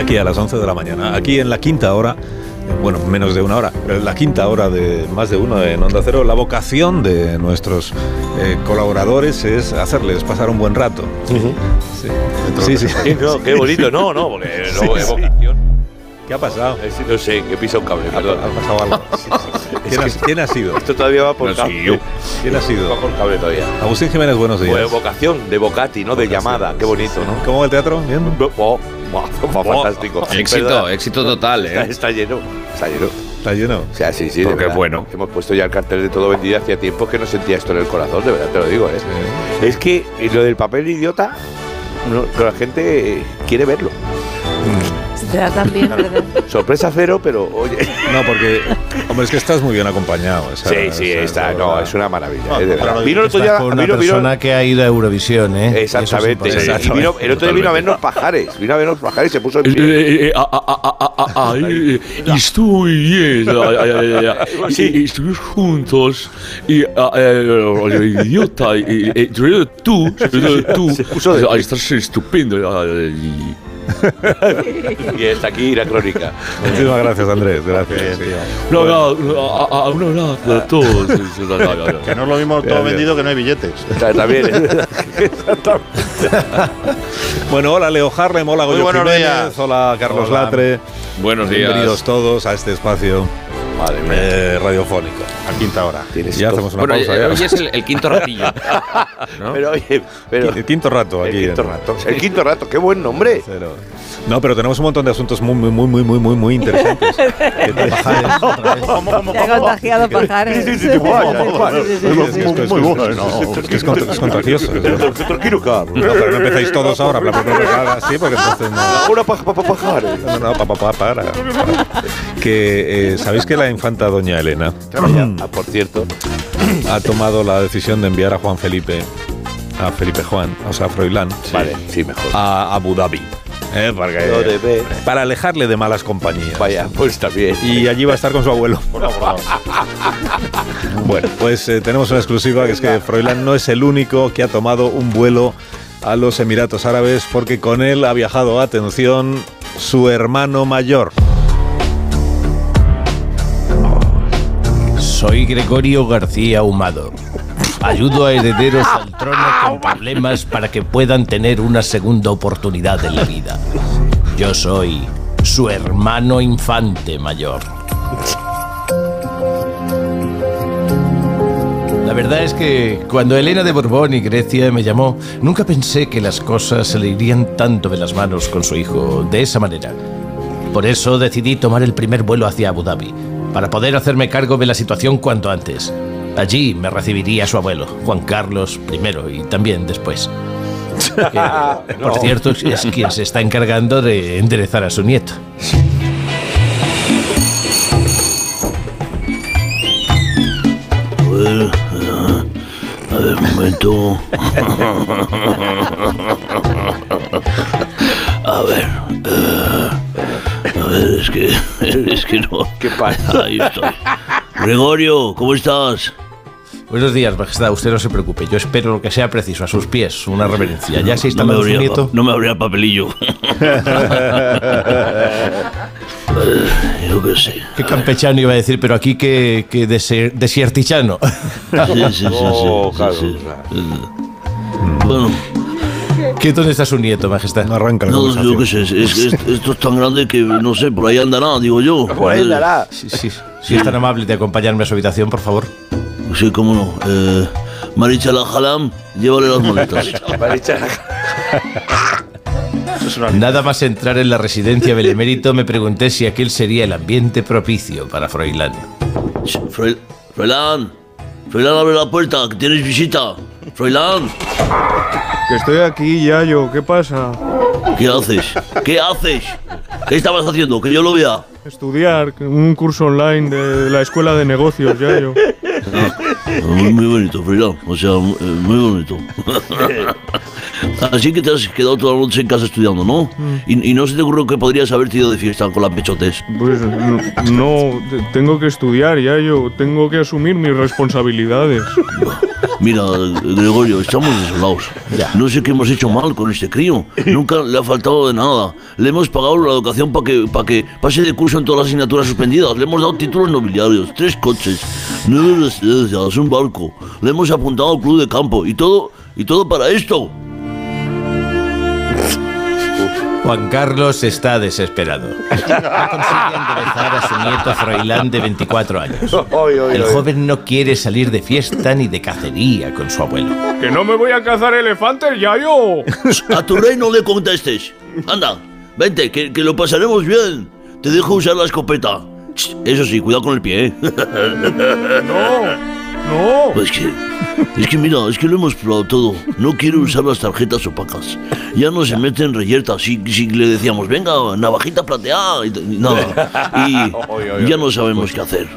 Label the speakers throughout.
Speaker 1: aquí a las 11 de la mañana, aquí en la quinta hora, bueno, menos de una hora, pero en la quinta hora de más de uno en Onda Cero, la vocación de nuestros eh, colaboradores es hacerles pasar un buen rato. Uh -huh.
Speaker 2: sí. Sí, sí. sí. No, qué bonito, no, no, porque no es vocación.
Speaker 1: ¿Qué ha pasado?
Speaker 2: No sé, que pisa un cable,
Speaker 1: ha, perdón. Ha pasado algo. ¿Quién, ha, ¿Quién, ha, sido?
Speaker 2: Esto todavía va por no, cable.
Speaker 1: ¿Quién ha sido?
Speaker 2: Va por cable todavía.
Speaker 1: Agustín Jiménez, buenos días.
Speaker 2: Pues vocación, de Bocati, ¿no? De vocación, llamada, qué bonito, ¿no?
Speaker 1: ¿Cómo va el teatro? ¿Bien?
Speaker 2: Oh. Wow, wow, fantástico.
Speaker 3: Éxito, ¿verdad? éxito total, ¿eh?
Speaker 2: Está, oh, está, lleno, está lleno.
Speaker 1: Está lleno.
Speaker 2: O sea, sí, sí.
Speaker 3: Porque es bueno.
Speaker 2: Hemos puesto ya el cartel de todo vendido hacía tiempo que no sentía esto en el corazón, de verdad te lo digo, ¿eh? Sí. Es que lo del papel idiota, no, la gente eh, quiere verlo.
Speaker 4: Ya también, ¿verdad?
Speaker 2: Sorpresa cero, pero oye.
Speaker 1: No, porque, hombre, es que estás muy bien acompañado. Esa,
Speaker 2: sí, sí, esa, está, no, es una maravilla. No, es
Speaker 5: no, vino el otro día. Una vino, persona vino, que ha ido a Eurovisión, ¿eh?
Speaker 2: Exactamente. Y exactamente. Y vino, el otro día vino a vernos pajares. Vino a vernos pajares y se puso
Speaker 6: Eh,
Speaker 2: en
Speaker 6: pie. eh, Estoy. eh, Estuvimos juntos. Y. eh, Idiota. eh, Tú. Tú. Estás estupendo.
Speaker 2: y está aquí la crónica.
Speaker 1: Muchísimas gracias, Andrés. Gracias. Sí,
Speaker 6: no, no, no, un abrazo a todos.
Speaker 7: que no es lo mismo todo vendido que no hay billetes.
Speaker 2: También. ¿eh?
Speaker 1: bueno, hola Leo Harlem, hola Goyo Muy Jiménez, días. hola Carlos hola. Latre.
Speaker 3: Buenos
Speaker 1: Bienvenidos días. Bienvenidos todos a este espacio. Madre mía. Eh, radiofónico. A quinta hora. Ya hacemos una
Speaker 3: bueno,
Speaker 1: pausa.
Speaker 3: Eh, hoy es el, el quinto ratillo.
Speaker 2: ¿no? Pero oye, pero
Speaker 1: el quinto rato
Speaker 2: aquí.
Speaker 1: El
Speaker 2: quinto rato. El quinto rato, qué buen nombre. Cero.
Speaker 1: No, pero tenemos un montón de asuntos muy, muy, muy, muy, muy, muy, muy interesantes.
Speaker 4: Te ha contagiado pajares. Sí, sí, sí.
Speaker 1: Muy bueno. Es contagioso.
Speaker 2: Tranquilo, Carlos.
Speaker 1: No, pero no empezáis todos ahora. Sí, porque entonces no.
Speaker 2: Una paja para pajares.
Speaker 1: No, no, para, para. Que, eh, ¿sabéis que la infanta doña Elena?
Speaker 2: Ah, Por cierto.
Speaker 1: Ha tomado la decisión de enviar a Juan Felipe, a Felipe Juan, o sea, a Froilán.
Speaker 2: Vale, sí, mejor.
Speaker 1: A Abu Dhabi. Eh, porque, para alejarle de malas compañías.
Speaker 2: Vaya, pues está bien.
Speaker 1: Y allí va a estar con su abuelo. bueno, pues eh, tenemos una exclusiva, que es que Froilán no es el único que ha tomado un vuelo a los Emiratos Árabes, porque con él ha viajado, atención, su hermano mayor.
Speaker 5: Soy Gregorio García Humado. Ayudo a herederos al trono con problemas para que puedan tener una segunda oportunidad en la vida. Yo soy su hermano infante mayor. La verdad es que cuando Elena de Borbón y Grecia me llamó, nunca pensé que las cosas se le irían tanto de las manos con su hijo, de esa manera. Por eso decidí tomar el primer vuelo hacia Abu Dhabi, para poder hacerme cargo de la situación cuanto antes. Allí me recibiría su abuelo, Juan Carlos primero y también después. Que, por cierto, es quien se está encargando de enderezar a su nieto.
Speaker 8: A ver, un momento. A ver. Uh, a ver, es que. Es que no.
Speaker 2: ¿Qué pasa?
Speaker 8: Ahí estoy. Gregorio, ¿cómo estás?
Speaker 5: Buenos días, Majestad. Usted no se preocupe. Yo espero lo que sea preciso. A sus pies, una reverencia. ¿Ya se está
Speaker 8: no me abría, No me abría el papelillo. Yo qué sé.
Speaker 5: Que campechano iba a decir, pero aquí que, que deser, desiertichano.
Speaker 8: sí, sí, sí.
Speaker 2: Oh,
Speaker 8: sí,
Speaker 2: claro,
Speaker 8: sí. Bueno.
Speaker 5: ¿Qué dónde está su nieto, majestad?
Speaker 1: No arranca la
Speaker 8: No, yo qué sé, es, es, esto es tan grande que no sé, por ahí andará, digo yo.
Speaker 2: Por ahí andará.
Speaker 5: Sí, sí. Si es tan amable de acompañarme a su habitación, por favor.
Speaker 8: Sí, cómo no. Eh, Maricha la Jalam, llévale las maletas. Maricha
Speaker 5: Nada más entrar en la residencia del emérito, me pregunté si aquel sería el ambiente propicio para Froilán.
Speaker 8: Froil Froilán, Froilán, abre la puerta, que tienes visita. Froilán.
Speaker 9: Que estoy aquí, Yayo, ¿qué pasa?
Speaker 8: ¿Qué haces? ¿Qué haces? ¿Qué estabas haciendo? Que yo lo vea.
Speaker 9: Estudiar un curso online de la escuela de negocios, ya yo.
Speaker 8: Ah, Muy, muy bonito, Frida. O sea, mu- eh, muy bonito. Así que te has quedado toda la noche en casa estudiando, ¿no? Y, y no se te ocurrió que podrías haberte ido de fiesta con las pechotes.
Speaker 9: Pues no, no, te- tengo que estudiar, ya yo. Tengo que asumir mis responsabilidades.
Speaker 8: Mira, Gregorio, estamos desolados. No sé qué hemos hecho mal con este crío. Nunca le ha faltado de nada. Le hemos pagado la educación para que, pa' que pase de curso en todas las asignaturas suspendidas. Le hemos dado títulos nobiliarios, tres coches, nueve residencias, un barco. Le hemos apuntado al club de campo. Y todo, y todo para esto.
Speaker 5: Juan Carlos está desesperado. Enderezar a su nieto Froilán de 24 años. El joven no quiere salir de fiesta ni de cacería con su abuelo.
Speaker 9: ¡Que no me voy a cazar elefantes, ya yo!
Speaker 8: A tu rey no le contestes. Anda, vente, que, que lo pasaremos bien. Te dejo usar la escopeta. Ch, Eso sí, cuidado con el pie. ¿eh?
Speaker 9: ¡No!
Speaker 8: Es que, es que mira, es que lo hemos probado todo. No quiere usar las tarjetas opacas. Ya no se mete en reyerta. Si, si le decíamos, venga, navajita plateada, y t- nada. Y ya no sabemos qué hacer.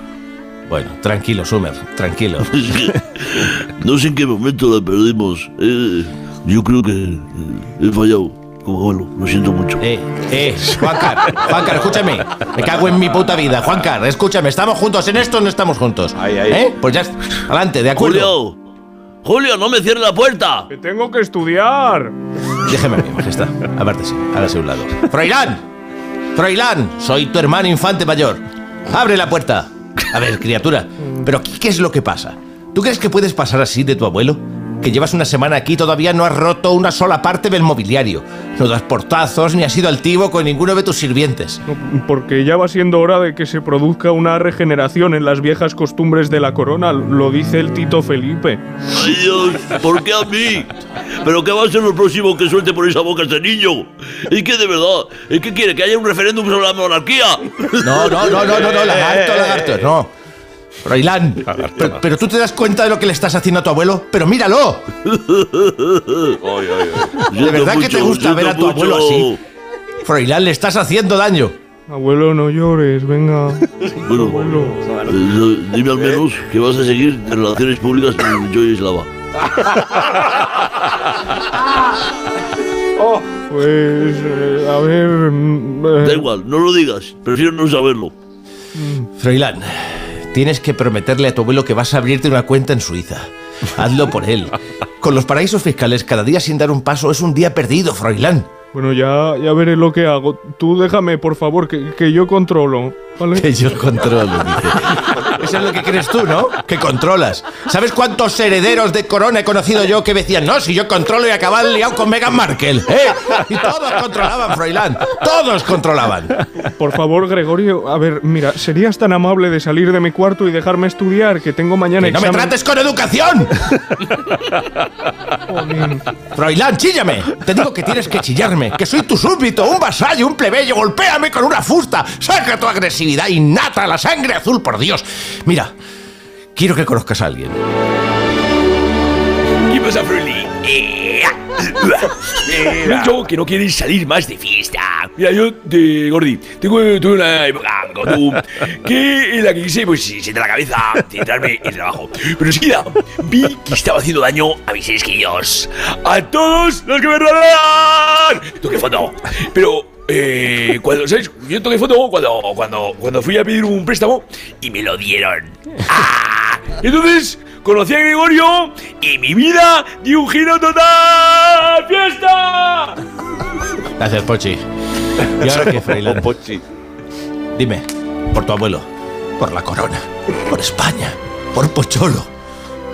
Speaker 5: Bueno, tranquilo, Summer, tranquilo.
Speaker 8: Es que no sé en qué momento la perdimos. Eh, yo creo que eh, he fallado. Como abuelo, lo siento mucho.
Speaker 5: Eh, eh, Juancar, Juancar, escúchame. Me cago en mi puta vida. Juancar, escúchame, ¿estamos juntos en esto o no estamos juntos? ¿Eh? Pues ya, est- adelante, de acuerdo.
Speaker 8: Julio, Julio, no me cierres la puerta.
Speaker 9: ¡Que tengo que estudiar!
Speaker 5: Déjame a mí, majestad. Aparte sí, hágase a un lado. ¡Froilán! ¡Froilán! Soy tu hermano infante mayor. ¡Abre la puerta! A ver, criatura, ¿pero aquí qué es lo que pasa? ¿Tú crees que puedes pasar así de tu abuelo? Que llevas una semana aquí y todavía no has roto una sola parte del mobiliario. No das portazos ni has sido altivo con ninguno de tus sirvientes.
Speaker 9: No, Porque ya va siendo hora de que se produzca una regeneración en las viejas costumbres de la corona, lo dice el Tito Felipe.
Speaker 8: Ay Dios, ¿por qué a mí? ¿Pero qué va a ser lo próximo que suelte por esa boca este niño? Es que de verdad, ¿es que quiere? ¿Que haya un referéndum sobre la monarquía?
Speaker 5: No, no, no, no, no, no, lagarto, lagarto, no. Froilán, pero, pero tú te das cuenta de lo que le estás haciendo a tu abuelo, pero míralo.
Speaker 8: Siento
Speaker 5: verdad que te gusta ver a
Speaker 8: siento
Speaker 5: tu abuelo así? Froilán, le estás haciendo daño.
Speaker 9: Abuelo, no llores, venga.
Speaker 8: Bueno, eh, dime al menos que vas a seguir en relaciones públicas con Joy Slava.
Speaker 9: Pues, eh, a ver... mm, eh,
Speaker 8: Da igual, no lo digas, prefiero no saberlo.
Speaker 5: Froilán, tienes que prometerle a tu abuelo que vas a abrirte una cuenta en Suiza. Hazlo por él. Con los paraísos fiscales, cada día sin dar un paso es un día perdido, Froilán.
Speaker 9: Bueno, ya, ya veré lo que hago. Tú déjame, por favor, que, que yo controlo, ¿vale?
Speaker 5: Que yo controlo, dice. Eso es lo que crees tú, ¿no? Que controlas. ¿Sabes cuántos herederos de corona he conocido yo que me decían, no, si yo controlo y acaban liado con Meghan Markle? ¿eh? Y todos controlaban, Froilán. Todos controlaban.
Speaker 9: Por favor, Gregorio, a ver, mira, ¿serías tan amable de salir de mi cuarto y dejarme estudiar? Que tengo mañana
Speaker 5: ¡Que no me
Speaker 9: examen.
Speaker 5: trates con educación! Froilán, chíllame. Te digo que tienes que chillarme, que soy tu súbdito, un vasallo, un plebeyo. Golpéame con una fusta. Saca tu agresividad innata, la sangre azul, por Dios. Mira, quiero que conozcas a alguien.
Speaker 10: ¿Qué pasa, Frulli? Yo que no quieres salir más de fiesta. Mira, yo, de Gordi, tengo, tuve una época como tú, que en la que quise, pues, sí, sentar la cabeza, centrarme en el trabajo. Pero enseguida vi que estaba haciendo daño a mis seres queridos, a todos los que me rodean. Toqué fondo. Pero eh, cuando, ¿sabes? Yo toqué fondo cuando, cuando, cuando fui a pedir un préstamo y me lo dieron. ¡Ah! Entonces conocí a Gregorio y mi vida dio un giro total. ¡Fiesta!
Speaker 5: Gracias, Pochi. ¿Y ahora qué,
Speaker 8: Oh,
Speaker 5: Froilán?
Speaker 2: Pochi.
Speaker 5: Dime, por tu abuelo, por la corona, por España, por Pocholo.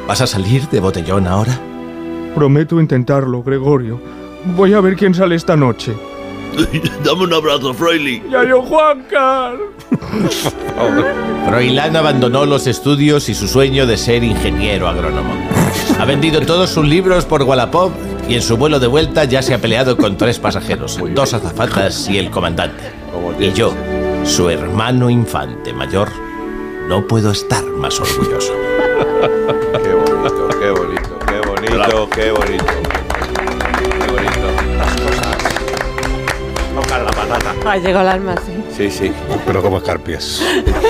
Speaker 5: ¿Vas a salir de botellón ahora?
Speaker 9: Prometo intentarlo, Gregorio. Voy a ver quién sale esta noche.
Speaker 8: Dame un abrazo, Freiley.
Speaker 9: ¡Ya yo, Juancar!
Speaker 5: Oh. Froilán abandonó los estudios y su sueño de ser ingeniero agrónomo. Ha vendido todos sus libros por Wallapop y en su vuelo de vuelta ya se ha peleado con tres pasajeros, dos azafatas y el comandante. Y yo, su hermano infante mayor, no puedo estar más orgulloso.
Speaker 2: Qué bonito, qué bonito, qué bonito, qué bonito. Qué bonito.
Speaker 4: Ha llegado el Ah, alma, sí.
Speaker 2: Sí, sí.
Speaker 1: Pero como escarpias.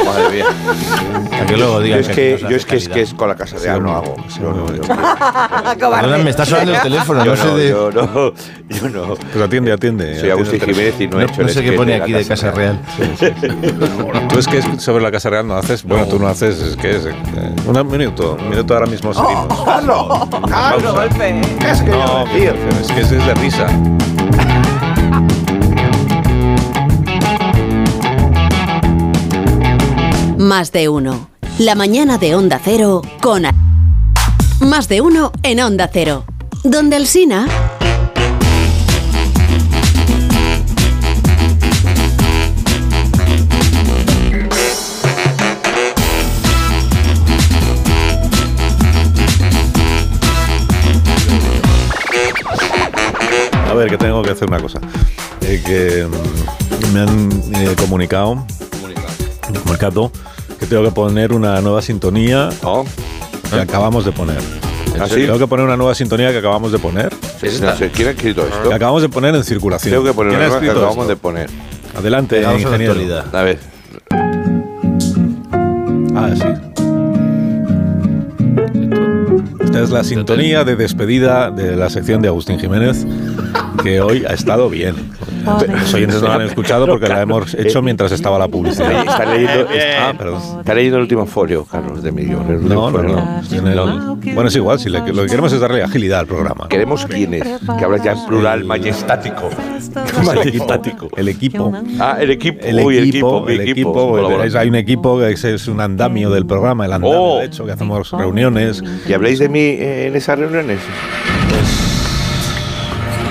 Speaker 2: Madre mía.
Speaker 5: que luego
Speaker 2: yo
Speaker 5: digan
Speaker 2: es
Speaker 5: que
Speaker 2: que,
Speaker 5: aquí no
Speaker 2: yo es que, es
Speaker 5: hace
Speaker 2: que es con la casa de no hago. No, no, yo-
Speaker 5: Perdón, me está sonando el teléfono,
Speaker 2: yo
Speaker 5: no sé de.
Speaker 2: Yo no, yo no.
Speaker 1: Pues atiende, atiende.
Speaker 2: Soy Agustín Jiménez y no, he hecho el
Speaker 5: sé qué
Speaker 2: sketch
Speaker 5: pone
Speaker 2: la
Speaker 5: aquí de Casa Real.
Speaker 1: Tú es que es- sobre la Casa Real no haces. Bueno, tú no haces. Es que es. eh, un minuto. Un minuto ahora
Speaker 2: Oh.
Speaker 6: Pues
Speaker 1: mismo seguimos.
Speaker 4: Oh, Carlos, golpe. ¿eh?
Speaker 1: Es que no, es que es de risa.
Speaker 11: Más de uno. La mañana de Onda Cero con... A- Más de uno en Onda Cero. Donde el Sina...
Speaker 1: A ver, que tengo que hacer una cosa. Eh, que mm, me han eh, comunicado, comunicado que tengo que poner una nueva sintonía que acabamos de poner.
Speaker 2: Oh. ¿Eh? ¿Ah, sí?
Speaker 1: Tengo que poner una nueva sintonía que acabamos de poner. Ah,
Speaker 2: No sé, ¿quién ha escrito esto?
Speaker 1: Que acabamos de poner en circulación.
Speaker 2: Tengo que poner
Speaker 1: ¿Quién ha
Speaker 2: una nueva que
Speaker 1: escrito
Speaker 2: acabamos de
Speaker 1: esto?
Speaker 2: poner.
Speaker 1: Adelante,
Speaker 5: Vamos a la
Speaker 1: ingeniero.
Speaker 5: actualidad.
Speaker 2: A ver.
Speaker 1: Ah, sí. Esta es la sintonía de despedida de la sección de Agustín Jiménez, que hoy ha estado bien. Los oyentes no la han escuchado porque la hemos hecho mientras estaba la publicidad.
Speaker 2: Está leyendo,
Speaker 1: Ah, perdón.
Speaker 2: está leyendo el último folio, Carlos, de mi guión, el último
Speaker 1: No, no,
Speaker 2: folio.
Speaker 1: no. Tiene el- Bueno, es igual, si le- lo que queremos es darle agilidad al programa.
Speaker 2: Queremos quiénes, que hablas ya en plural majestático. Majestático.
Speaker 1: El equipo.
Speaker 2: Ah, el equipo.
Speaker 1: El
Speaker 2: Uy,
Speaker 1: equipo,
Speaker 2: mi
Speaker 1: el equipo, veréis, hay un equipo que es, es un andamio del programa, el andamio,
Speaker 2: Oh.
Speaker 1: de hecho, que hacemos reuniones. Pues,
Speaker 2: ¿Y habláis de mí eh, en esas reuniones?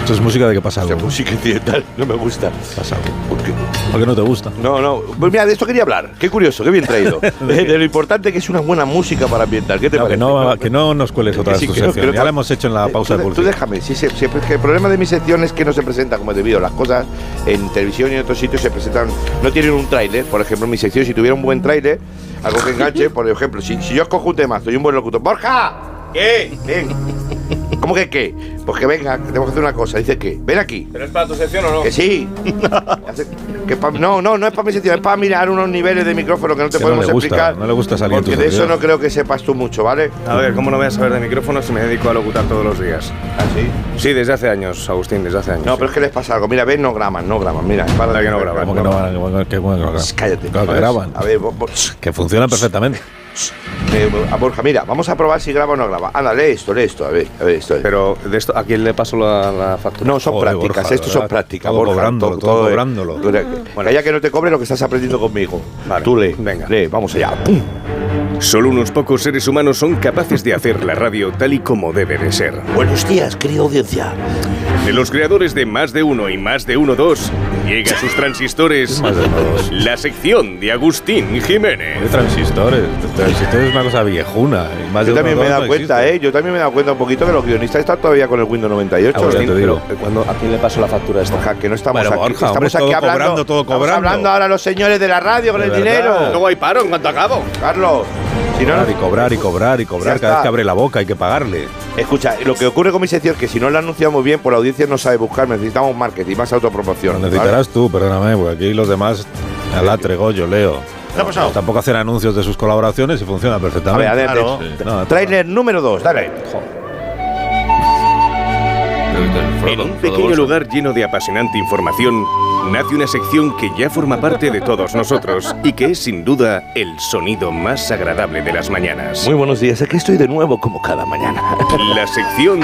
Speaker 1: Esto es música de qué pasado.
Speaker 2: La música incidental no me gusta.
Speaker 1: pasado.
Speaker 2: ¿Por qué?
Speaker 1: Porque no te gusta.
Speaker 2: No, no. Pues mira, de esto quería hablar. Qué curioso, qué bien traído. De, de lo importante que es una buena música para ambientar. ¿Qué te
Speaker 1: No, que,
Speaker 2: parece?
Speaker 1: no, que no nos cueles otra
Speaker 2: Sí,
Speaker 1: vez tu
Speaker 2: creo-
Speaker 1: sección.
Speaker 2: creo
Speaker 1: Ya
Speaker 2: que-
Speaker 1: la hemos hecho en la
Speaker 2: Eh,
Speaker 1: pausa
Speaker 2: tú,
Speaker 1: de
Speaker 2: de- tú
Speaker 1: publicidad.
Speaker 2: déjame, sí, sí, sí, es que el problema de mi sección es que no se presenta como es debido. Las cosas en televisión y en otros sitios se presentan, no tienen un tráiler. Por ejemplo, en mi sección, si tuviera un buen tráiler, algo que enganche, por ejemplo, si, si yo escojo un tema, soy un buen locutor. ¡Borja! ¿Qué? Ven. ¿Cómo que qué? Pues que venga, que tenemos que hacer una cosa. Dice que, ven aquí.
Speaker 10: ¿Pero es para tu sección o no?
Speaker 2: Que sí. Hace- que pa- no, no, no es para mi sección, es para mirar unos niveles de micrófono que no te
Speaker 1: Que no
Speaker 2: podemos
Speaker 1: le gusta,
Speaker 2: explicar.
Speaker 1: no le gusta salir en tu
Speaker 2: Porque de eso
Speaker 1: sección.
Speaker 2: no creo que sepas tú mucho, ¿vale?
Speaker 12: A ver, ¿cómo no voy a saber de micrófono si me dedico a locutar todos los días?
Speaker 2: Así.
Speaker 12: Sí, desde hace años, Agustín, desde hace años.
Speaker 2: No, pero es que les pasa algo. Mira, ven, no graban, no graban. Mira, para
Speaker 12: Para que no graban.
Speaker 1: Como que no van a- como que- que- como que no graban.
Speaker 2: Cállate. pues.
Speaker 1: Claro que
Speaker 2: A ver,
Speaker 1: graban.
Speaker 2: A ver, bo- bo- eh,
Speaker 1: Que funcionan perfectamente.
Speaker 2: a Borja, mira, vamos a probar si graba o no graba. Anda, lee esto, lee esto, a ver, a ver esto.
Speaker 12: Pero de esto, ¿a quién le paso la, la factura?
Speaker 2: No, son
Speaker 1: Joder,
Speaker 2: prácticas,
Speaker 1: Borja,
Speaker 2: estos
Speaker 1: de
Speaker 2: son
Speaker 1: verdad,
Speaker 2: prácticas.
Speaker 1: todo
Speaker 2: Borja,
Speaker 1: cobrándolo, todo
Speaker 2: eh.
Speaker 1: cobrándolo.
Speaker 2: Bueno, ya que no te cobre lo que estás aprendiendo conmigo.
Speaker 12: Vale,
Speaker 2: Tú lee,
Speaker 12: venga.
Speaker 2: lee, vamos allá. ¡Pum!
Speaker 12: Solo unos pocos seres humanos son capaces de hacer la radio tal y como debe de ser.
Speaker 8: Buenos días, querida audiencia.
Speaker 12: De los creadores de Más de Uno y Más de Uno 2, llega a sus transistores la sección de Agustín Jiménez.
Speaker 1: Hay transistores. Transistores es una cosa viejuna. y más de
Speaker 2: Yo también
Speaker 1: uno
Speaker 2: me he
Speaker 1: no
Speaker 2: dado
Speaker 1: existe.
Speaker 2: cuenta, ¿eh? Yo también me he dado cuenta un poquito que los guionistas están todavía con el Windows 98.
Speaker 1: Ah, bueno, ya te
Speaker 2: Agustín,
Speaker 1: digo.
Speaker 2: pero-
Speaker 12: Cuando, ¿A quién le paso la factura esta?
Speaker 2: Borja, que no estamos
Speaker 1: Bueno,
Speaker 2: aquí.
Speaker 1: Borja, hombre,
Speaker 2: estamos
Speaker 1: todo
Speaker 2: aquí hablando.
Speaker 1: cobrando, todo
Speaker 2: estamos
Speaker 1: cobrando.
Speaker 2: hablando ahora los señores de la radio con
Speaker 1: De
Speaker 2: el
Speaker 1: verdad.
Speaker 2: dinero.
Speaker 12: Luego hay paro en cuanto acabo.
Speaker 2: Carlos, si no,
Speaker 1: Cobrar y cobrar y cobrar y cobrar.
Speaker 2: Ya
Speaker 1: Cada vez
Speaker 2: está.
Speaker 1: que abre la boca hay que pagarle.
Speaker 2: Escucha, lo que ocurre con mi sección es que si no la anunciamos bien, por la audiencia no sabe buscar, necesitamos marketing, más autopromoción.
Speaker 1: Lo
Speaker 2: ¿vale?
Speaker 1: necesitarás tú, perdóname, porque aquí los demás. Alatre, Goyo, Leo.
Speaker 7: ¿Qué ha pasado?
Speaker 1: Tampoco hacen anuncios de sus colaboraciones y funciona
Speaker 2: A ver,
Speaker 1: perfectamente.
Speaker 2: adelante.
Speaker 7: Claro.
Speaker 1: Sí. No,
Speaker 2: Trailer número 2, dale.
Speaker 12: En un pequeño lugar lleno de apasionante información, nace una sección que ya forma parte de todos nosotros y que es sin duda el sonido más agradable de las mañanas.
Speaker 2: Muy buenos días, aquí estoy de nuevo como cada mañana.
Speaker 12: La sección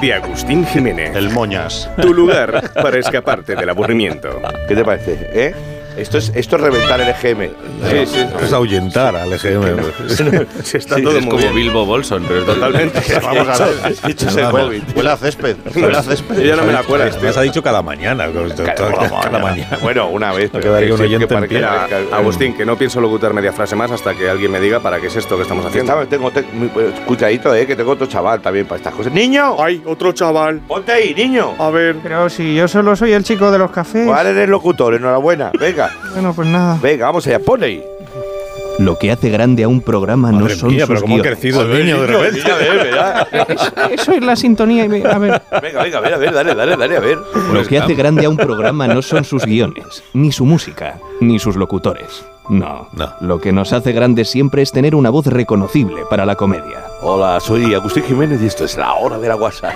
Speaker 12: de Agustín Jiménez.
Speaker 7: El moñas.
Speaker 12: Tu lugar para escaparte del aburrimiento.
Speaker 2: ¿Qué te parece? ¿Eh? Esto es, esto es reventar el EGM.
Speaker 12: Sí, sí.
Speaker 1: Es ahuyentar al E EGM. pues.
Speaker 12: Se está
Speaker 2: Sí,
Speaker 12: todo
Speaker 3: Es
Speaker 12: muy
Speaker 3: como
Speaker 12: bien.
Speaker 3: Bilbo Bolson, pero
Speaker 12: Totalmente.
Speaker 7: Vamos a ver.
Speaker 2: Dicho
Speaker 1: sea de móvil.
Speaker 7: Huele a césped. Huele a césped.
Speaker 12: Yo ya no me la cuela.
Speaker 1: Además ha dicho cada mañana. Cada mañana.
Speaker 2: Bueno, una vez.
Speaker 1: No
Speaker 2: pero
Speaker 1: quedaría un
Speaker 2: sí,
Speaker 1: oyente en
Speaker 2: para
Speaker 1: pie.
Speaker 2: la-
Speaker 12: Mira, Agustín, que no pienso locutar media frase más hasta que alguien me diga para qué es esto que estamos
Speaker 2: Que
Speaker 12: haciendo.
Speaker 2: estaba- tengo, te- mi- eh, cuidadito, eh, que tengo otro chaval también para estas cosas. ¡Niño!
Speaker 13: Ay, otro chaval.
Speaker 2: ¡Ponte ahí, niño!
Speaker 13: A ver.
Speaker 14: Pero si yo solo soy el chico de los cafés.
Speaker 2: Ahora eres locutor, enhorabuena. Venga,
Speaker 14: Bueno, pues nada.
Speaker 2: venga, vamos allá, pone ahí.
Speaker 13: Lo que hace grande a un programa no son
Speaker 1: Mira,
Speaker 13: sus
Speaker 1: pero cómo ha
Speaker 13: guiones.
Speaker 1: crecido el niño de repente.
Speaker 14: Eso es la sintonía. y me- A ver.
Speaker 2: Venga, venga, a ver, a ver, dale, dale, dale, a ver.
Speaker 12: Pues
Speaker 13: Lo que hace grande a un programa no son sus guiones, ni su música, ni sus locutores. No. Lo que nos hace grande siempre es tener una voz reconocible para la comedia.
Speaker 2: Hola, soy Agustín Jiménez y esto es la hora de la guasa.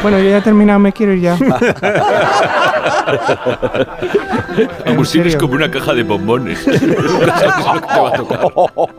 Speaker 14: Bueno, yo ya he terminado, me quiero ir ya.
Speaker 6: Agustín es
Speaker 14: serio?
Speaker 6: como una caja de bombones. Nunca sabes lo que te va a tocar.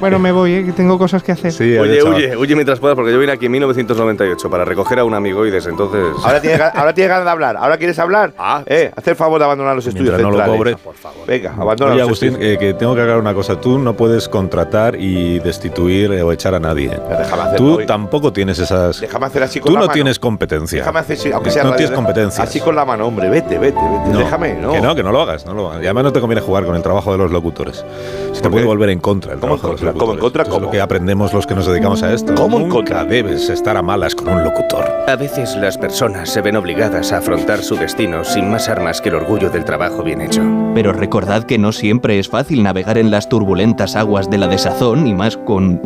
Speaker 14: Bueno, me voy, eh, que tengo cosas que hacer.
Speaker 12: Oye, huye, huye mientras puedas, porque yo vine aquí en 1998 para recoger a un amigo y desde entonces.
Speaker 2: Ahora tienes, ga- ahora tienes ganas de hablar. ¿Ahora quieres hablar? Eh, haz el favor de abandonar los estudios
Speaker 1: Mientras no lo
Speaker 2: centrales.
Speaker 1: cobre.
Speaker 2: Por favor. Venga, abandona
Speaker 1: Oye,
Speaker 2: los
Speaker 1: Agustín,
Speaker 2: estudios.
Speaker 1: eh, que tengo que aclarar una cosa. Tú no puedes contratar y destituir eh, o echar a nadie.
Speaker 2: déjame hacerlo
Speaker 1: Tú
Speaker 2: hoy.
Speaker 1: tampoco tienes esas.
Speaker 2: Déjame hacer así con
Speaker 1: Tú
Speaker 2: la
Speaker 1: no
Speaker 2: mano.
Speaker 1: tienes competencia.
Speaker 2: Déjame hacer, sí, aunque sea
Speaker 1: no
Speaker 2: radio,
Speaker 1: tienes
Speaker 2: deja-
Speaker 1: competencia.
Speaker 2: Así con la mano, hombre, vete, vete, vete. Déjame, ¿no?
Speaker 1: Que no, que no lo hagas. No lo hagas. Y además no te conviene jugar con el trabajo de los locutores. Se te puede volver en contra el trabajo de los locutores. ¿Cómo en contra? Es lo que aprendemos los que nos dedicamos a esto. ¿Cómo en contra? debes estar a malas con un locutor.
Speaker 12: A veces las personas se ven obligadas a afrontar su destino sin más armas que el orgullo del trabajo bien hecho.
Speaker 13: Pero recordad que no siempre es fácil navegar en las turbulentas aguas de la desazón y más con...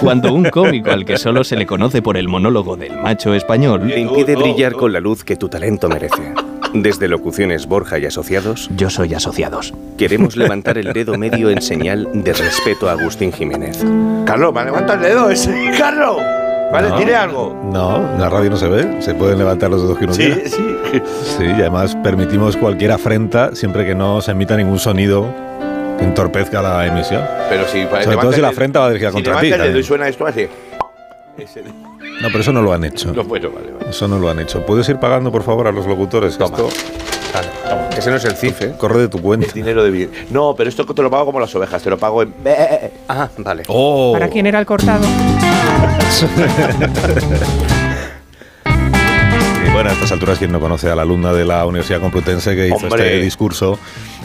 Speaker 13: Cuando un cómico al que solo se le conoce por el monólogo del macho español...
Speaker 12: Te impide brillar con la luz que tu talento merece. Desde Locuciones Borja y Asociados.
Speaker 13: Yo soy Asociados.
Speaker 12: Queremos levantar el dedo medio en señal de respeto a Agustín Jiménez.
Speaker 2: Carlos, me levanta el dedo ese. Carlos, vale,
Speaker 1: No.
Speaker 2: dile algo.
Speaker 1: No, en la radio no se ve. Se pueden levantar los dedos que uno
Speaker 2: Sí,
Speaker 1: quiera.
Speaker 2: sí.
Speaker 1: Sí, y además permitimos cualquier afrenta siempre que no se emita ningún sonido que entorpezca la emisión.
Speaker 2: Pero si
Speaker 1: Sobre todo si la afrenta va dirigida contra
Speaker 2: Si
Speaker 1: ti.
Speaker 2: levanta el dedo y
Speaker 1: también.
Speaker 2: suena esto así. Ese-
Speaker 1: No, pero eso no lo han hecho.
Speaker 2: No, bueno, vale, vale.
Speaker 1: Eso no lo han hecho. ¿Puedes ir pagando, por favor, a los locutores? Esto
Speaker 12: Ese no es el CIF, ¿eh?
Speaker 1: corre de tu cuenta.
Speaker 2: Dinero de bien. No, pero esto te lo pago como las ovejas, te lo pago en. eh.
Speaker 12: Ah, vale.
Speaker 1: ¡Oh!
Speaker 14: ¿Para quién era el cortado?
Speaker 1: Y bueno, a estas alturas, quien no conoce a la alumna de la Universidad Complutense que hizo
Speaker 2: Hombre.
Speaker 1: este discurso,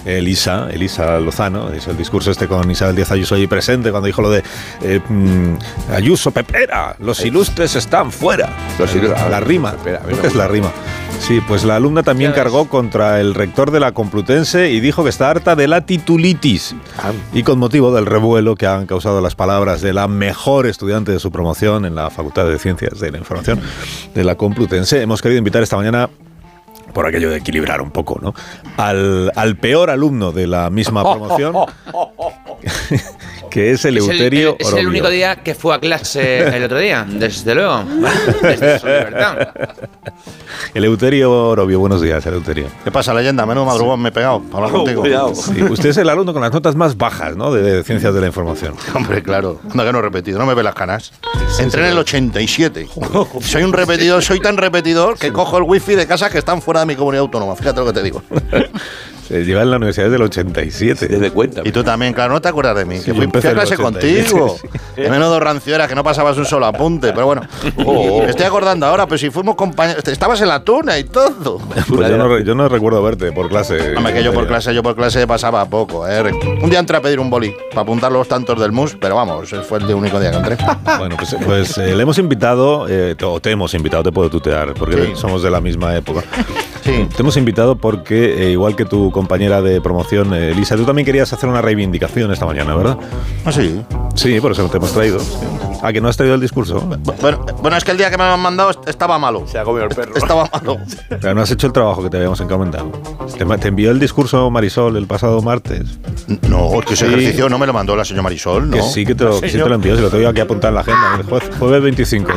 Speaker 1: Elisa, Elisa Lozano, hizo el discurso este con Isabel Díaz Ayuso ahí presente cuando dijo lo de eh, mm, Ayuso Pepera, los ilustres están fuera.
Speaker 2: Los ilustres-
Speaker 1: la rima,
Speaker 2: Pepera, a mí
Speaker 1: creo
Speaker 2: me
Speaker 1: que es la rima. Sí, pues la alumna también cargó contra el rector de la Complutense y dijo que está harta de la titulitis. Y con motivo del revuelo que han causado las palabras de la mejor estudiante de su promoción en la Facultad de Ciencias de la Información de la Complutense, hemos querido invitar esta mañana por aquello de equilibrar un poco, ¿no? Al, al peor alumno de la misma
Speaker 15: Oh.
Speaker 1: promoción, que es el
Speaker 3: Es Oh, el-
Speaker 1: Euterio
Speaker 3: el- es el
Speaker 1: Orobio.
Speaker 3: único día que fue a clase el otro día, desde luego. Desde eso, de verdad.
Speaker 1: El Euterio Orobio, buenos días, Eleuterio.
Speaker 7: ¿Qué pasa, leyenda? Menudo madrugón me he pegado para hablar
Speaker 1: Oh,
Speaker 7: contigo.
Speaker 1: cuidado. Sí, usted es el alumno con las notas más bajas, ¿no? De, de Ciencias de la Información.
Speaker 7: Hombre, claro. Anda que no he repetido, no me ve las canas. Entré en el 87. Soy un repetidor, soy tan repetidor que cojo el wifi de casas que están fuera de mi comunidad autónoma. Fíjate lo que te digo.
Speaker 1: Se lleva en la universidad desde el 87. Desde
Speaker 2: cuenta.
Speaker 7: Y tú también, claro, no te acuerdas de mí. que
Speaker 1: yo
Speaker 7: fui, fui
Speaker 1: empecé
Speaker 7: a
Speaker 1: en el
Speaker 7: clase
Speaker 1: 87,
Speaker 7: contigo.
Speaker 1: sí.
Speaker 7: De menudo rancio eras, que no pasabas un solo apunte. Pero bueno,
Speaker 1: Oh.
Speaker 7: me estoy acordando ahora, pero si fuimos compañeros. Estabas en la tuna y todo.
Speaker 1: Pues yo, no, re- yo no recuerdo verte por clase.
Speaker 7: Hombre, que yo por
Speaker 1: Eleuterio.
Speaker 7: clase, yo por clase pasaba poco. ¿eh? Un día entré a pedir un boli para apuntar los tantos del MUS, pero vamos, fue el único día que entré.
Speaker 1: Bueno, pues, pues, eh, le hemos invitado, eh, te- o te hemos invitado, te puedo tutear, porque
Speaker 7: Sí.
Speaker 1: somos de la misma época. Te hemos invitado porque, eh, igual que tu compañera de promoción, eh, Elisa, tú también querías hacer una reivindicación esta mañana, ¿verdad?
Speaker 7: Ah, sí.
Speaker 1: Sí, por eso te hemos traído. Ah, que no has traído el discurso.
Speaker 7: Bueno, bueno, es que el día que me lo han mandado est- estaba malo. Se ha comido el perro. Estaba malo.
Speaker 1: Pero no has hecho el trabajo que te habíamos encomendado. Te, ma- te envió el discurso Marisol el pasado martes.
Speaker 7: No, Oh, es que ese
Speaker 1: Sí.
Speaker 7: ejercicio no me lo mandó la señora Marisol, ¿no? Ah.
Speaker 1: Que sí que te lo,
Speaker 7: La
Speaker 1: que sí te lo
Speaker 7: señora-
Speaker 1: envió, se lo tengo yo aquí apuntar en la agenda. El jue- jueves 25,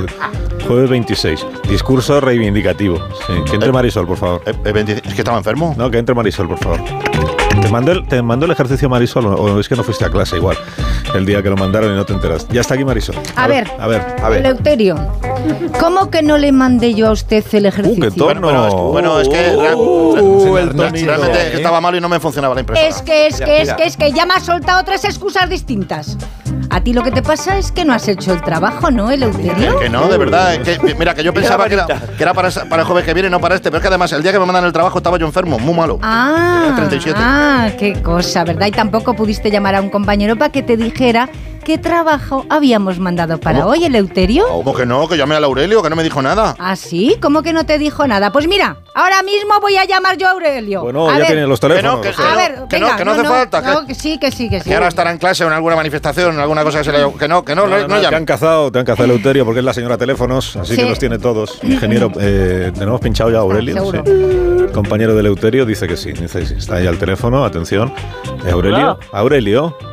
Speaker 1: jueves 26. Discurso reivindicativo. Sí, que
Speaker 7: Eh,
Speaker 1: entre Marisol, por favor.
Speaker 7: ¿Es que estaba enfermo?
Speaker 1: No, que entre Marisol, por favor. ¿Te mandó el, te mandó el ejercicio Marisol o- o es que no fuiste a clase igual el día que lo mandaron y no te enteraste? Ya está aquí Marisol.
Speaker 16: A ver.
Speaker 1: A ver. A
Speaker 16: Eleuterio, ¿cómo que no le mandé yo a usted el ejercicio?
Speaker 1: Uh, qué tono.
Speaker 7: Bueno, es que Uh, real- real- realmente estaba malo y no me funcionaba la impresora.
Speaker 16: Es que, es que, es que, es que ya me has soltado tres excusas distintas. A ti lo que te pasa es que no has hecho el trabajo, ¿no, Eleuterio?
Speaker 7: Que no, de verdad. es que, mira, que yo pensaba que era, que era para, esa- para el jueves que viene, no para este. Pero es que además, el día que me mandan el trabajo estaba yo enfermo, muy malo.
Speaker 16: Ah,
Speaker 7: 37.
Speaker 16: ah, qué cosa, ¿verdad? Y tampoco pudiste llamar a un compañero para que te dijera ¿Qué trabajo habíamos mandado para hoy, Eleuterio?
Speaker 7: ¿Cómo que no? Que llamé a Aurelio, que no me dijo nada.
Speaker 16: ¿Ah, sí? ¿Cómo que no te dijo nada? Pues mira, ahora mismo voy a llamar yo a Aurelio.
Speaker 1: Bueno,
Speaker 16: a
Speaker 1: ya tiene los teléfonos.
Speaker 7: Que no, que
Speaker 16: a
Speaker 7: no,
Speaker 16: ver,
Speaker 7: que no,
Speaker 16: venga,
Speaker 7: que no hace falta, que-
Speaker 16: no, que sí, que sí, que sí.
Speaker 7: Que ahora estará en clase o en alguna manifestación, en alguna cosa que se le Que no, que no, no,
Speaker 1: No, no, te
Speaker 7: llame.
Speaker 1: han cazado, te han cazado Eleuterio porque es la señora teléfonos, así que
Speaker 7: Sí.
Speaker 1: los tiene todos. Ingeniero, eh, ¿tenemos pinchado ya a Aurelio?
Speaker 16: Ah, seguro.
Speaker 1: Sí. El compañero de Eleuterio dice que sí, dice que sí. Está ahí al teléfono, atención. Eh, Aurelio,
Speaker 7: Hola.
Speaker 1: Aurelio.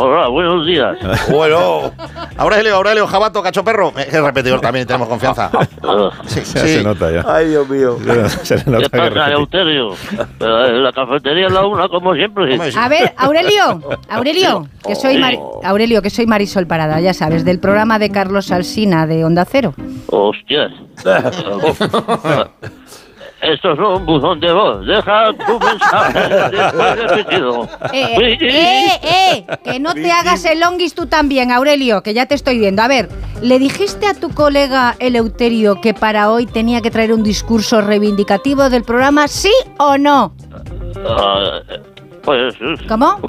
Speaker 7: Hola, buenos días. Bueno, Aurelio, Aurelio, Jabato, cacho perro. Es que es repetidor también, tenemos confianza. Sí,
Speaker 1: Ya se nota ya.
Speaker 2: Ay, Dios mío.
Speaker 1: Se le
Speaker 17: ¿Qué
Speaker 1: nota que
Speaker 17: pasa,
Speaker 1: repite.
Speaker 17: Euterio? La cafetería es la una, como siempre.
Speaker 16: A ver, Aurelio, Aurelio, que soy Mari- Aurelio, que soy Marisol Parada, ya sabes, del programa de Carlos Alsina de Onda Cero.
Speaker 17: Hostias. Esto es un buzón de voz. Deja tu mensaje después de pitido.
Speaker 16: Eh,
Speaker 17: Sí, sí.
Speaker 16: eh, eh, que no te hagas el longuis tú también, Aurelio, que ya te estoy viendo. A ver, ¿le dijiste a tu colega Eleuterio que para hoy tenía que traer un discurso reivindicativo del programa, sí o no?
Speaker 17: Ah, pues.
Speaker 16: ¿Cómo?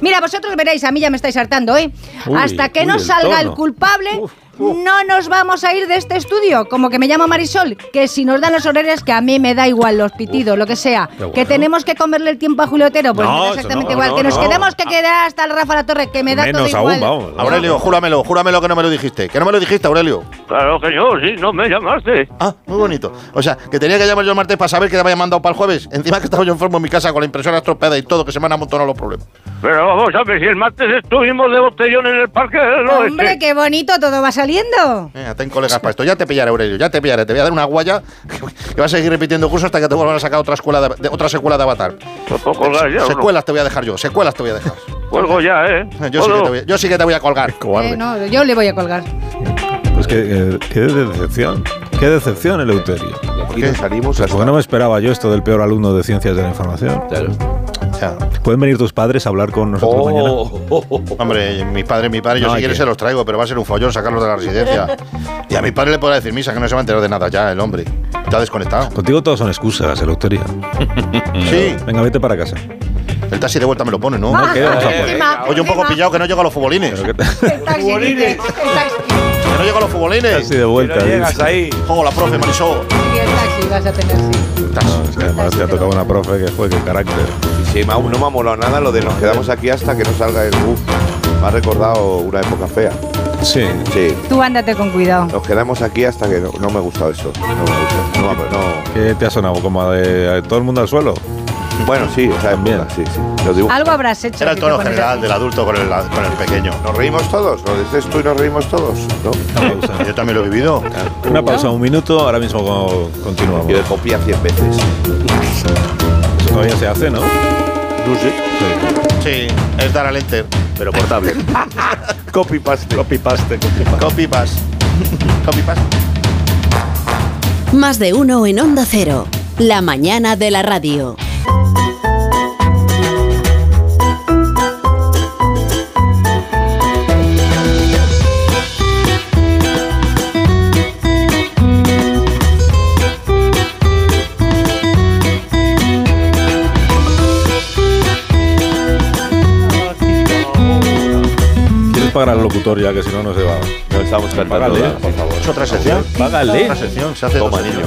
Speaker 16: Mira, vosotros veréis, a mí ya me estáis hartando, ¿eh?
Speaker 17: Uy,
Speaker 16: Hasta que
Speaker 17: uy,
Speaker 16: no
Speaker 17: el
Speaker 16: salga el
Speaker 17: tono.
Speaker 16: culpable, no nos vamos a ir de este estudio. Como que me llamo Marisol, que si nos dan los horarios, que a mí me da igual los pitidos, lo que sea.
Speaker 17: qué bueno.
Speaker 16: Que tenemos que comerle el tiempo a Juliotero, pues
Speaker 7: No,
Speaker 16: me da
Speaker 7: eso
Speaker 16: exactamente
Speaker 7: no,
Speaker 16: igual.
Speaker 7: no,
Speaker 16: que nos
Speaker 7: no. Ah.
Speaker 16: quedemos que queda hasta el Rafa La Torre, que me da todo igual.
Speaker 7: Aurelio, júramelo, júramelo que no me lo dijiste. Que no me lo dijiste, Aurelio.
Speaker 17: Claro que yo, sí, no me llamaste.
Speaker 7: Ah, muy bonito. O sea, que tenía que llamar yo el martes para saber que te había mandado para el jueves. Encima que estaba yo enfermo en mi casa con la impresora estropeada y todo, que se me han amontonado los problemas.
Speaker 17: Pero vamos a ver si el martes estuvimos de botellón en el parque del oeste.
Speaker 16: Hombre, qué bonito, todo va saliendo.
Speaker 7: Venga, ten colegas para esto. Ya te pillaré, Aurelio, ya te pillaré. Te voy a dar una guaya que vas a seguir repitiendo cursos hasta que te vuelvan a sacar otra, escuela de, de- otra secuela de Avatar.
Speaker 17: Pues colgar ya, ¿o no?
Speaker 7: secuelas te voy a dejar yo, secuelas te voy a dejar.
Speaker 17: Cuelgo ya, ¿eh?
Speaker 7: Yo sí, que te voy, yo sí que te voy a colgar.
Speaker 16: Eh, no, yo le voy a colgar.
Speaker 1: Pues que, eh, qué decepción. Qué decepción, Eleuterio.
Speaker 2: ¿Por qué salimos hasta-
Speaker 1: Porque no me esperaba yo esto del peor alumno de ciencias de la información. ¿Pueden venir tus padres a hablar con nosotros
Speaker 7: Oh.
Speaker 1: mañana?
Speaker 7: Hombre, mis padres, mi padre, yo
Speaker 1: No,
Speaker 7: si
Speaker 1: hay
Speaker 7: quieres
Speaker 1: que-
Speaker 7: se los traigo, pero va a ser un follón sacarlos de la residencia. Y a mi padre le podrá decir misa, que no se va a enterar de nada ya, el hombre. Está desconectado.
Speaker 1: Contigo todos son excusas, Eleuterio.
Speaker 7: Sí.
Speaker 1: Venga, vete para casa.
Speaker 7: El taxi de vuelta me lo pone, ¿no?
Speaker 1: No, ¿qué vamos a poner?
Speaker 7: Oye, un poco pillado que no llego a los futbolines.
Speaker 16: Futbolines.
Speaker 7: Que no llego a los futbolines.
Speaker 1: Taxi de vuelta.
Speaker 7: Que no llegas
Speaker 1: dice.
Speaker 7: ahí. Hola, profe, Marisol.
Speaker 16: Y el taxi vas a tener sí.
Speaker 1: No, es que además te ha tocado una profe que fue, qué carácter.
Speaker 2: Sí, me ha- no me ha molado nada lo de nos quedamos aquí hasta que no salga el bus. Me ha recordado una época fea.
Speaker 1: Sí.
Speaker 2: Sí.
Speaker 16: Tú ándate con cuidado.
Speaker 2: Nos quedamos aquí hasta que no, no me ha gustado eso. No me gusta. No, me- no.
Speaker 1: ¿Qué te ha sonado? ¿Como de a todo el mundo al suelo?
Speaker 2: Bueno, sí, o sea, época, sí, sí. Los dibujos.
Speaker 16: Algo habrás hecho.
Speaker 7: Era el
Speaker 16: que
Speaker 7: tono
Speaker 16: te pones
Speaker 7: general
Speaker 16: así.
Speaker 7: del adulto con el, con el pequeño.
Speaker 2: ¿Nos reímos todos? ¿Lo dices tú y nos reímos todos? ¿No?
Speaker 7: Yo también lo he vivido.
Speaker 1: Una pausa, un minuto, ahora mismo co- continuamos.
Speaker 2: Yo de copia 100 veces.
Speaker 1: Eso todavía se hace, ¿no?
Speaker 7: Sí, es dar al enter. Pero portable.
Speaker 2: copy paste.
Speaker 1: Copy paste, copy paste.
Speaker 7: Copy paste. Copy paste.
Speaker 11: Más de uno en Onda Cero. La mañana de la radio.
Speaker 1: ¿Quieres pagar al locutor ya? Que si no, no se va. No estamos
Speaker 2: cantando, ¿eh?
Speaker 1: por favor.
Speaker 7: Es otra sección.
Speaker 1: Págale.
Speaker 7: Otra sección. Se hace
Speaker 2: Toma,
Speaker 7: dos
Speaker 2: niño.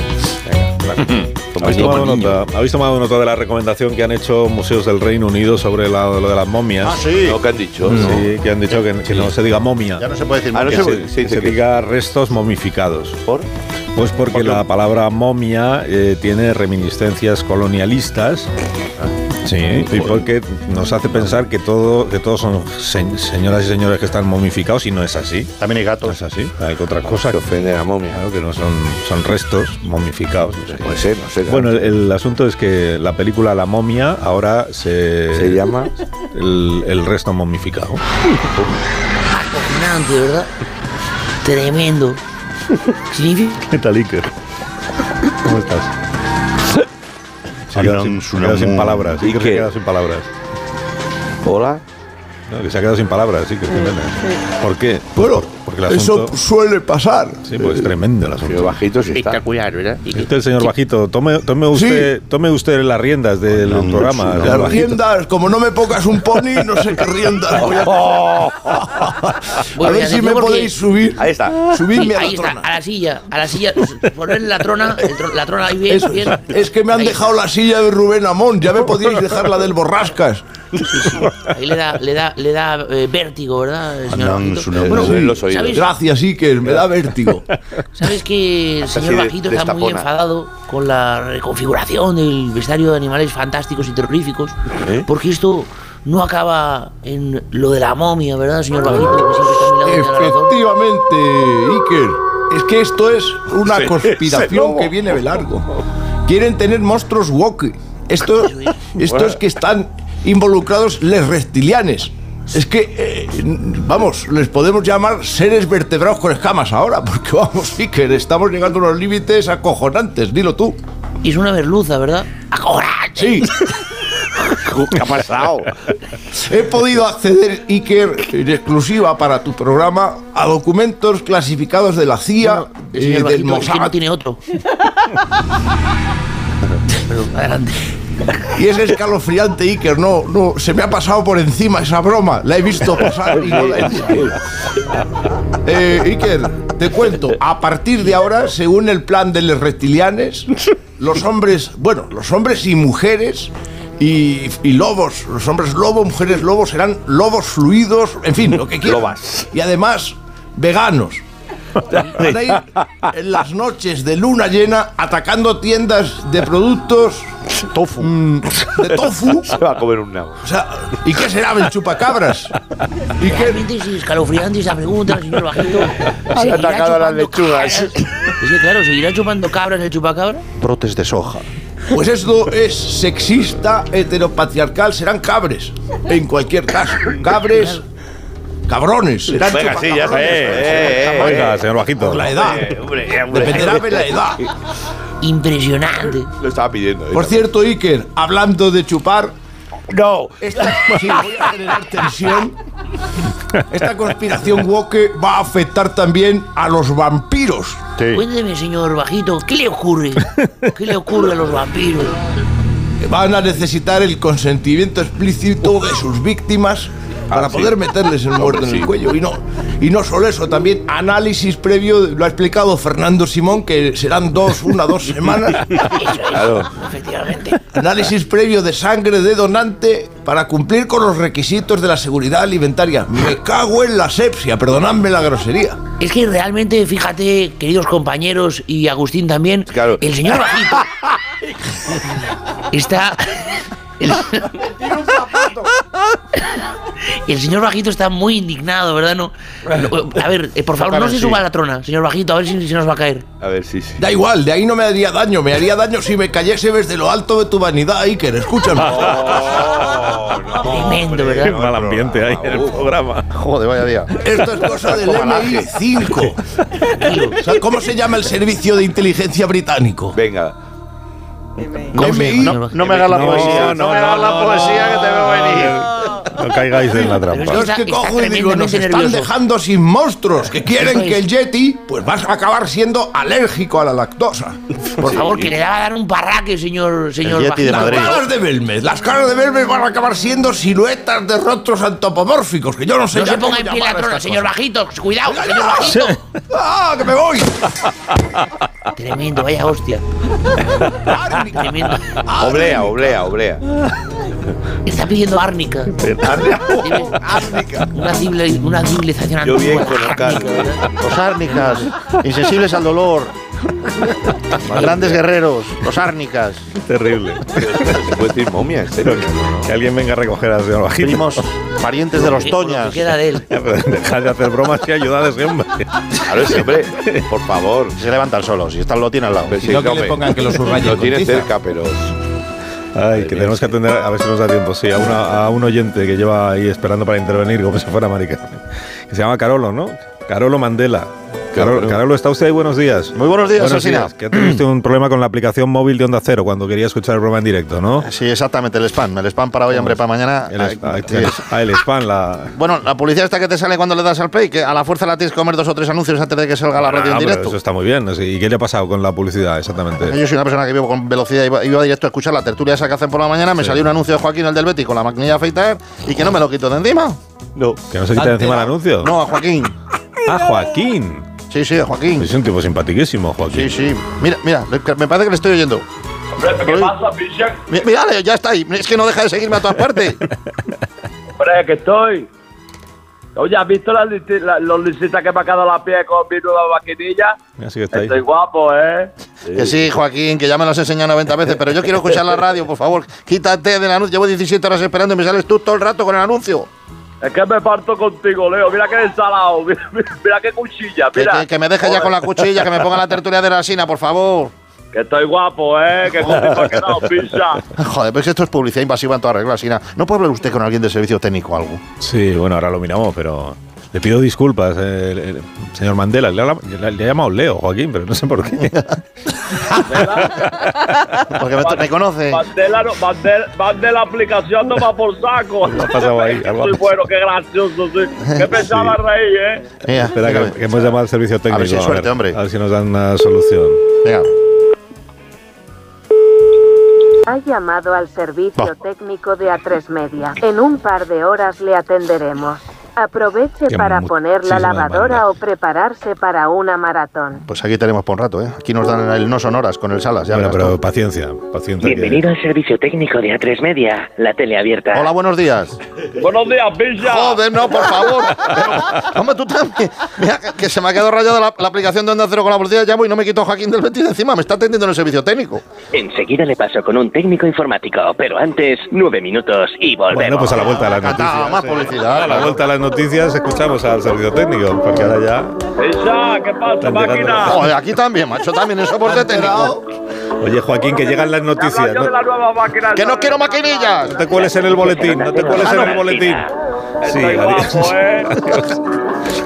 Speaker 1: ¿Habéis tomado, nota, habéis tomado nota de la recomendación que han hecho museos del Reino Unido sobre la- lo de las momias?
Speaker 7: Ah, sí.
Speaker 2: Lo que han dicho.
Speaker 1: Sí,
Speaker 2: ¿no?
Speaker 1: que han dicho que, que no se diga momia.
Speaker 7: Ya no se puede decir
Speaker 2: Ah, no
Speaker 1: que
Speaker 2: se
Speaker 1: se,
Speaker 2: puede- se
Speaker 1: que
Speaker 2: dice
Speaker 1: se
Speaker 2: que-
Speaker 1: diga restos momificados.
Speaker 2: ¿Por?
Speaker 1: Pues porque la palabra momia eh, tiene reminiscencias colonialistas. Sí, y porque nos hace pensar que todo que todos son se- señoras y señores que están momificados y no es así.
Speaker 7: También hay gatos.
Speaker 1: es así. Hay otras cosas
Speaker 2: Ah, que ofende a la momia.
Speaker 1: Claro, que no son, son restos momificados. no sé.
Speaker 2: Puede ser, no sé.
Speaker 1: Bueno, el, el asunto es que la película La momia ahora se,
Speaker 2: Se llama
Speaker 1: el, el resto momificado.
Speaker 15: Fascinante, ¿verdad? Tremendo.
Speaker 1: ¿Qué tal, Iker? ¿Cómo estás? Se ha quedado sin, se ha quedado sin palabras. Iker se ha quedado sin palabras.
Speaker 2: Hola.
Speaker 1: No, que se ha quedado sin palabras, sí, que es tremenda. ¿Por qué? Pues
Speaker 5: Bueno,
Speaker 1: porque el asunto...
Speaker 5: eso suele pasar.
Speaker 1: Sí, pues es tremendo el asunto.
Speaker 2: bajito sí está.
Speaker 1: Espectacular, ¿verdad? Este el señor Bajito. Tome, tome, usted, tome usted las riendas del programa.
Speaker 5: Las
Speaker 1: señor Bajito.
Speaker 5: riendas, como no me pongas un pony, no sé qué riendas voy a
Speaker 15: Bueno,
Speaker 5: a ver
Speaker 15: ya
Speaker 5: si
Speaker 15: te
Speaker 5: me
Speaker 15: digo porque-
Speaker 5: podéis subir.
Speaker 2: Ahí está.
Speaker 5: Subidme a
Speaker 15: ahí
Speaker 5: la
Speaker 15: está,
Speaker 5: trona.
Speaker 15: a la silla, a la silla, poner la trona, el tro- la trona ahí bien,
Speaker 5: Eso
Speaker 15: bien.
Speaker 5: es. Es que me han
Speaker 15: Ahí
Speaker 5: dejado
Speaker 15: está.
Speaker 5: la silla de Rubén Amón, ya me podíais dejar la del Borrascas.
Speaker 15: Ahí le da, le da, le da eh, vértigo, ¿verdad, el señor
Speaker 5: Andan
Speaker 15: Bajito?
Speaker 5: su nombre
Speaker 15: Bueno,
Speaker 5: en los
Speaker 15: ¿sabéis-
Speaker 5: oídos. Gracias, Iker, me da vértigo.
Speaker 15: Sabes que el
Speaker 5: Así
Speaker 15: señor
Speaker 5: de-
Speaker 15: Bajito está muy
Speaker 5: destapona.
Speaker 15: enfadado con la reconfiguración del bestiario de animales fantásticos y terroríficos,
Speaker 7: ¿Eh?
Speaker 15: porque esto no acaba en lo de la momia, ¿verdad, señor
Speaker 7: Ah,
Speaker 15: Bajito? Que siempre está a mi lado y me da la razón.
Speaker 5: Efectivamente, Iker. Es que esto es una
Speaker 15: Sí, ese
Speaker 5: conspiración
Speaker 15: lobo.
Speaker 5: que viene de largo. Quieren tener monstruos woke. Esto, esto es que están involucrados les reptilianes. Es que, eh, vamos, les podemos llamar seres vertebrados con escamas ahora, porque vamos, Iker, estamos llegando a unos límites acojonantes, dilo tú.
Speaker 15: Y es una merluza, ¿verdad?
Speaker 5: Sí.
Speaker 2: ¿Qué ha pasado?
Speaker 5: He podido acceder, Iker, en exclusiva para tu programa, a documentos clasificados de la CIA
Speaker 15: El
Speaker 5: y
Speaker 15: señor
Speaker 5: del
Speaker 15: Bajito es que no
Speaker 5: Mossad.
Speaker 15: tiene otro. Pero adelante.
Speaker 5: Y es escalofriante, Iker. No, no, se me ha pasado por encima esa broma. La he visto pasar y no la he entendido. Eh, Iker, te cuento. A partir de ahora, según el plan de los reptilianes, los hombres, bueno, los hombres y mujeres. Y, y lobos, los hombres lobo, mujeres lobo, serán lobos fluidos, en fin, lo que quieran. Y además, veganos. Van a ir en las noches de luna llena atacando tiendas de productos mm,
Speaker 2: tofu.
Speaker 5: de tofu.
Speaker 2: Se va a comer un nabo.
Speaker 5: O sea, ¿y qué será el chupacabras? ¿Y qué?
Speaker 15: Realmente es escalofriante esa pregunta, señor Bajito.
Speaker 7: Ha
Speaker 15: ¿Seguirá
Speaker 7: atacado a las
Speaker 15: chupando
Speaker 7: lechugas.
Speaker 15: cabras? Sí, claro, ¿seguirá chupando cabras el chupacabra?
Speaker 7: Brotes de soja.
Speaker 5: Pues esto es sexista, heteropatriarcal, serán cabres. En cualquier caso, cabres, cabrones. Serán
Speaker 2: Venga, sí, ya está.
Speaker 5: chupacabrones.
Speaker 2: Eh, eh,
Speaker 1: Venga,
Speaker 2: eh.
Speaker 1: señor Bajito.
Speaker 5: La edad.
Speaker 2: Eh, hombre, eh, hombre.
Speaker 5: Dependerá de la edad.
Speaker 15: Impresionante.
Speaker 2: Lo estaba pidiendo. eh.
Speaker 5: Por cierto, Iker, hablando de chupar.
Speaker 2: No.
Speaker 5: Esta, sí, voy a generar tensión. Esta conspiración woke va a afectar también a los vampiros.
Speaker 15: Cuénteme, señor Bajito, ¿qué le ocurre? ¿Qué le ocurre a los vampiros?
Speaker 5: Van a necesitar el consentimiento explícito de sus víctimas para
Speaker 2: sí.
Speaker 5: poder meterles el muerto en el cuello. Y no, y no solo eso, también análisis previo, lo ha explicado Fernando Simón, que serán dos, una, dos semanas.
Speaker 2: Claro.
Speaker 5: Análisis previo de sangre de donante para cumplir con los requisitos de la seguridad alimentaria. Me cago en la sepsia, perdonadme la grosería.
Speaker 15: Es que realmente, fíjate, queridos compañeros y Agustín también, el señor Bajito está. El, el señor Bajito está muy indignado, ¿verdad? No, no, a ver, eh, por favor, no se
Speaker 5: Sí.
Speaker 15: suba a la trona, señor Bajito, a ver si, si nos va a caer.
Speaker 2: A ver, sí, sí.
Speaker 5: Da igual, de ahí no me haría daño, me haría daño si me cayese desde lo alto de tu vanidad, Iker, escúchame.
Speaker 15: Tremendo,
Speaker 1: Qué mal ambiente hay en el programa.
Speaker 7: Joder, vaya día.
Speaker 5: Esto es cosa del MI5. O sea, ¿Cómo se llama el servicio de inteligencia británico?
Speaker 2: Venga.
Speaker 5: MI.
Speaker 7: No, no me hagas la
Speaker 5: No,
Speaker 7: poesía.
Speaker 5: no,
Speaker 7: No me hagas la poesía que te veo venir.
Speaker 1: No caigáis en la trampa.
Speaker 5: Yo es que cojo y digo, nos están
Speaker 1: nervioso.
Speaker 5: dejando sin monstruos, que quieren
Speaker 15: Eso es.
Speaker 5: que el Yeti, pues vas a acabar siendo alérgico a la lactosa.
Speaker 15: Por favor, que le va a dar un barraque, señor, señor
Speaker 5: Las
Speaker 15: Bajito.
Speaker 5: caras de Belmez, las caras de Belmez van a acabar siendo siluetas de rostros antropomórficos, que yo no sé
Speaker 15: No
Speaker 5: ya
Speaker 15: se ponga en
Speaker 5: cómo
Speaker 15: pie la
Speaker 5: llamar a
Speaker 15: trona,
Speaker 5: estas
Speaker 15: señor
Speaker 5: cosas.
Speaker 15: Bajito. Cuidado, señor
Speaker 5: ¡Ah!
Speaker 15: Bajito.
Speaker 5: ¡Ah, que me voy!
Speaker 15: Tremendo, vaya hostia. Tremendo.
Speaker 2: Oblea, oblea, oblea.
Speaker 15: Está pidiendo árnica. Una, civili- una civilización
Speaker 2: Yo
Speaker 15: antigua.
Speaker 2: bien con el caldo.
Speaker 7: Los árnicas, insensibles al dolor. Grandes guerreros, los árnicas.
Speaker 1: Terrible.
Speaker 2: Se puede decir momia, en serio.
Speaker 1: Que alguien venga a recoger al señor Bajito.
Speaker 7: Primos, parientes de los
Speaker 1: Lo que-
Speaker 7: Toñas.
Speaker 1: lo que queda
Speaker 15: de él.
Speaker 1: Dejad de hacer bromas y ayudad a ese hombre.
Speaker 2: Claro, ese hombre, por favor.
Speaker 7: Se levantan solos y están, lo tienen al lado.
Speaker 2: Pero sí, No que le hombre. pongan que lo subraye
Speaker 7: Lo
Speaker 2: con
Speaker 7: tienen
Speaker 2: tiza.
Speaker 7: cerca,
Speaker 2: pero.
Speaker 1: Ay, que tenemos que atender, a ver si nos da tiempo, sí, a, una- a un oyente que lleva ahí esperando para intervenir como si fuera marica. Que se llama Carolo, ¿no? Carolo Mandela. Carol, Carol, ¿está usted ahí? Buenos días.
Speaker 7: Muy buenos días, Asina.
Speaker 1: Que tuviste un problema con la aplicación móvil de Onda Cero cuando quería escuchar el programa en directo, ¿no?
Speaker 7: Sí, exactamente, el spam. El spam para hoy, hombre, para mañana.
Speaker 1: El,
Speaker 7: Ah,
Speaker 1: sp- ah,
Speaker 7: sí,
Speaker 1: el-
Speaker 7: es-
Speaker 1: ah, el spam, la...
Speaker 7: Bueno, la publicidad esta que te sale cuando le das al play, que a la fuerza la tienes que comer dos o tres anuncios antes de que salga la
Speaker 1: Ah,
Speaker 7: radio en
Speaker 1: pero
Speaker 7: directo.
Speaker 1: Eso está muy bien. no sé, ¿Y qué le ha pasado con la publicidad exactamente?
Speaker 7: Yo soy una persona que vivo con velocidad y iba, iba directo a escuchar la tertulia esa que hacen por la mañana. Me salió un anuncio de Joaquín, el del Betis, con la maquinilla de afeitar y que no me lo quito de encima.
Speaker 1: No. ¿Que no se quita de
Speaker 7: Antes
Speaker 1: encima el
Speaker 7: era-
Speaker 1: anuncio?
Speaker 7: No, a Joaquín.
Speaker 1: ¡Ah, Joaquín!
Speaker 7: Sí, sí, a Joaquín.
Speaker 1: Es un tipo simpatiquísimo,
Speaker 7: Sí,
Speaker 1: Joaquín.
Speaker 7: sí. Mira, mira, le- que me parece que le estoy oyendo.
Speaker 10: ¿Qué pasa, Pichak?
Speaker 7: Mi- Mira, le- ya está ahí. Es que no deja de seguirme a todas partes.
Speaker 10: Hombre, que estoy. Oye, ¿has visto las listi- la- los lisitas que me ha quedado la piel con mi nueva maquinilla?
Speaker 1: Así que está ahí.
Speaker 10: Estoy guapo, ¿eh?
Speaker 7: Que sí, Joaquín, que ya me lo has enseñado 90 veces, pero yo quiero escuchar la radio, por favor. Quítate del anuncio. Llevo 17 horas esperando y me sales tú todo el rato con el anuncio.
Speaker 10: Es que me parto contigo, Leo. Mira qué ensalado. Mira, mira- mira qué cuchilla.
Speaker 7: Que,
Speaker 10: Mira.
Speaker 7: que- que me deja ya con la cuchilla, que me ponga la tertulia de la sina, por favor.
Speaker 10: Que estoy guapo, ¿eh? Que contigo he quedado, Pichak.
Speaker 7: Joder, pues esto es publicidad invasiva en toda regla, Sina. ¿No puede hablar usted con alguien de servicio técnico o algo?
Speaker 1: Sí, bueno, ahora lo miramos, pero le pido disculpas, eh, el- el señor Mandela. Le, ha- le ha llamado Leo, Joaquín, pero no sé por qué.
Speaker 7: Porque me, me conoce.
Speaker 10: Mandela, no, Mandela, Mandela aplicación toma por saco.
Speaker 1: Algo ha pasado ahí, algo ha
Speaker 10: Soy bueno, qué gracioso, sí. Qué pensaba reír, ¿eh?
Speaker 1: Espera, que, que hemos llamado al servicio técnico.
Speaker 7: si hay suerte,
Speaker 1: hombre. A ver si nos dan una solución.
Speaker 7: Venga.
Speaker 16: Ha llamado al servicio técnico de A3 Media. En un par de horas le atenderemos. Aproveche
Speaker 7: Qué
Speaker 16: para poner la
Speaker 7: muchísima
Speaker 16: lavadora
Speaker 7: demanda.
Speaker 16: o prepararse para una maratón.
Speaker 7: Pues aquí tenemos por un rato, ¿eh? Aquí nos dan el no sonoras con el Salas. Ya
Speaker 1: Bueno,
Speaker 7: verás
Speaker 1: pero paciencia, paciencia. que-
Speaker 18: Bienvenido al servicio técnico de A3 Media, la tele abierta.
Speaker 7: Hola, buenos días.
Speaker 10: Buenos días, Villa.
Speaker 7: Joder, no, por favor. Pero, hombre, tú también. Mira, que- que se me ha quedado rayada la, la aplicación de Onda Cero con la policía. Llamo y no me quito a Joaquín del Betis de encima. Me está atendiendo en el servicio técnico.
Speaker 18: Enseguida le paso con un técnico informático, pero antes, nueve minutos y volvemos.
Speaker 1: Bueno, pues a la vuelta de las
Speaker 18: Catao,
Speaker 1: noticias.
Speaker 18: más
Speaker 1: eh.
Speaker 18: publicidad,
Speaker 1: A la
Speaker 18: claro.
Speaker 1: vuelta de las noticias escuchamos al servicio técnico, porque ahora ya.
Speaker 10: Villa, ¿qué pasa,
Speaker 1: Están
Speaker 10: máquina?
Speaker 1: llegando.
Speaker 7: Joder, aquí también, macho, también. Eso por técnico.
Speaker 1: Oye, Joaquín, que llegan las noticias.
Speaker 10: Yo de
Speaker 1: No,
Speaker 10: la nueva máquina.
Speaker 7: Que no quiero maquinillas.
Speaker 1: no te cueles en el boletín, no te
Speaker 5: Ah,
Speaker 1: cueles en el boletín. Sí, adiós. Adiós.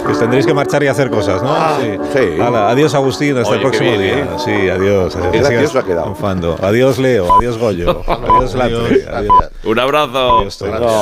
Speaker 1: Que os tendréis que marchar y hacer cosas, ¿no? sí. Hala, adiós, Agustín, hasta el
Speaker 12: Ah, Oye, qué
Speaker 1: próximo
Speaker 12: bien,
Speaker 1: día.
Speaker 12: ¿eh?
Speaker 1: Sí, adiós.
Speaker 12: Qué
Speaker 1: adiós. Que
Speaker 12: gracioso
Speaker 1: sigas
Speaker 12: ha quedado.
Speaker 1: triunfando. Adiós, Leo. Adiós, Goyo. adiós, Latre. Adiós.
Speaker 19: Un abrazo.
Speaker 1: Adiós.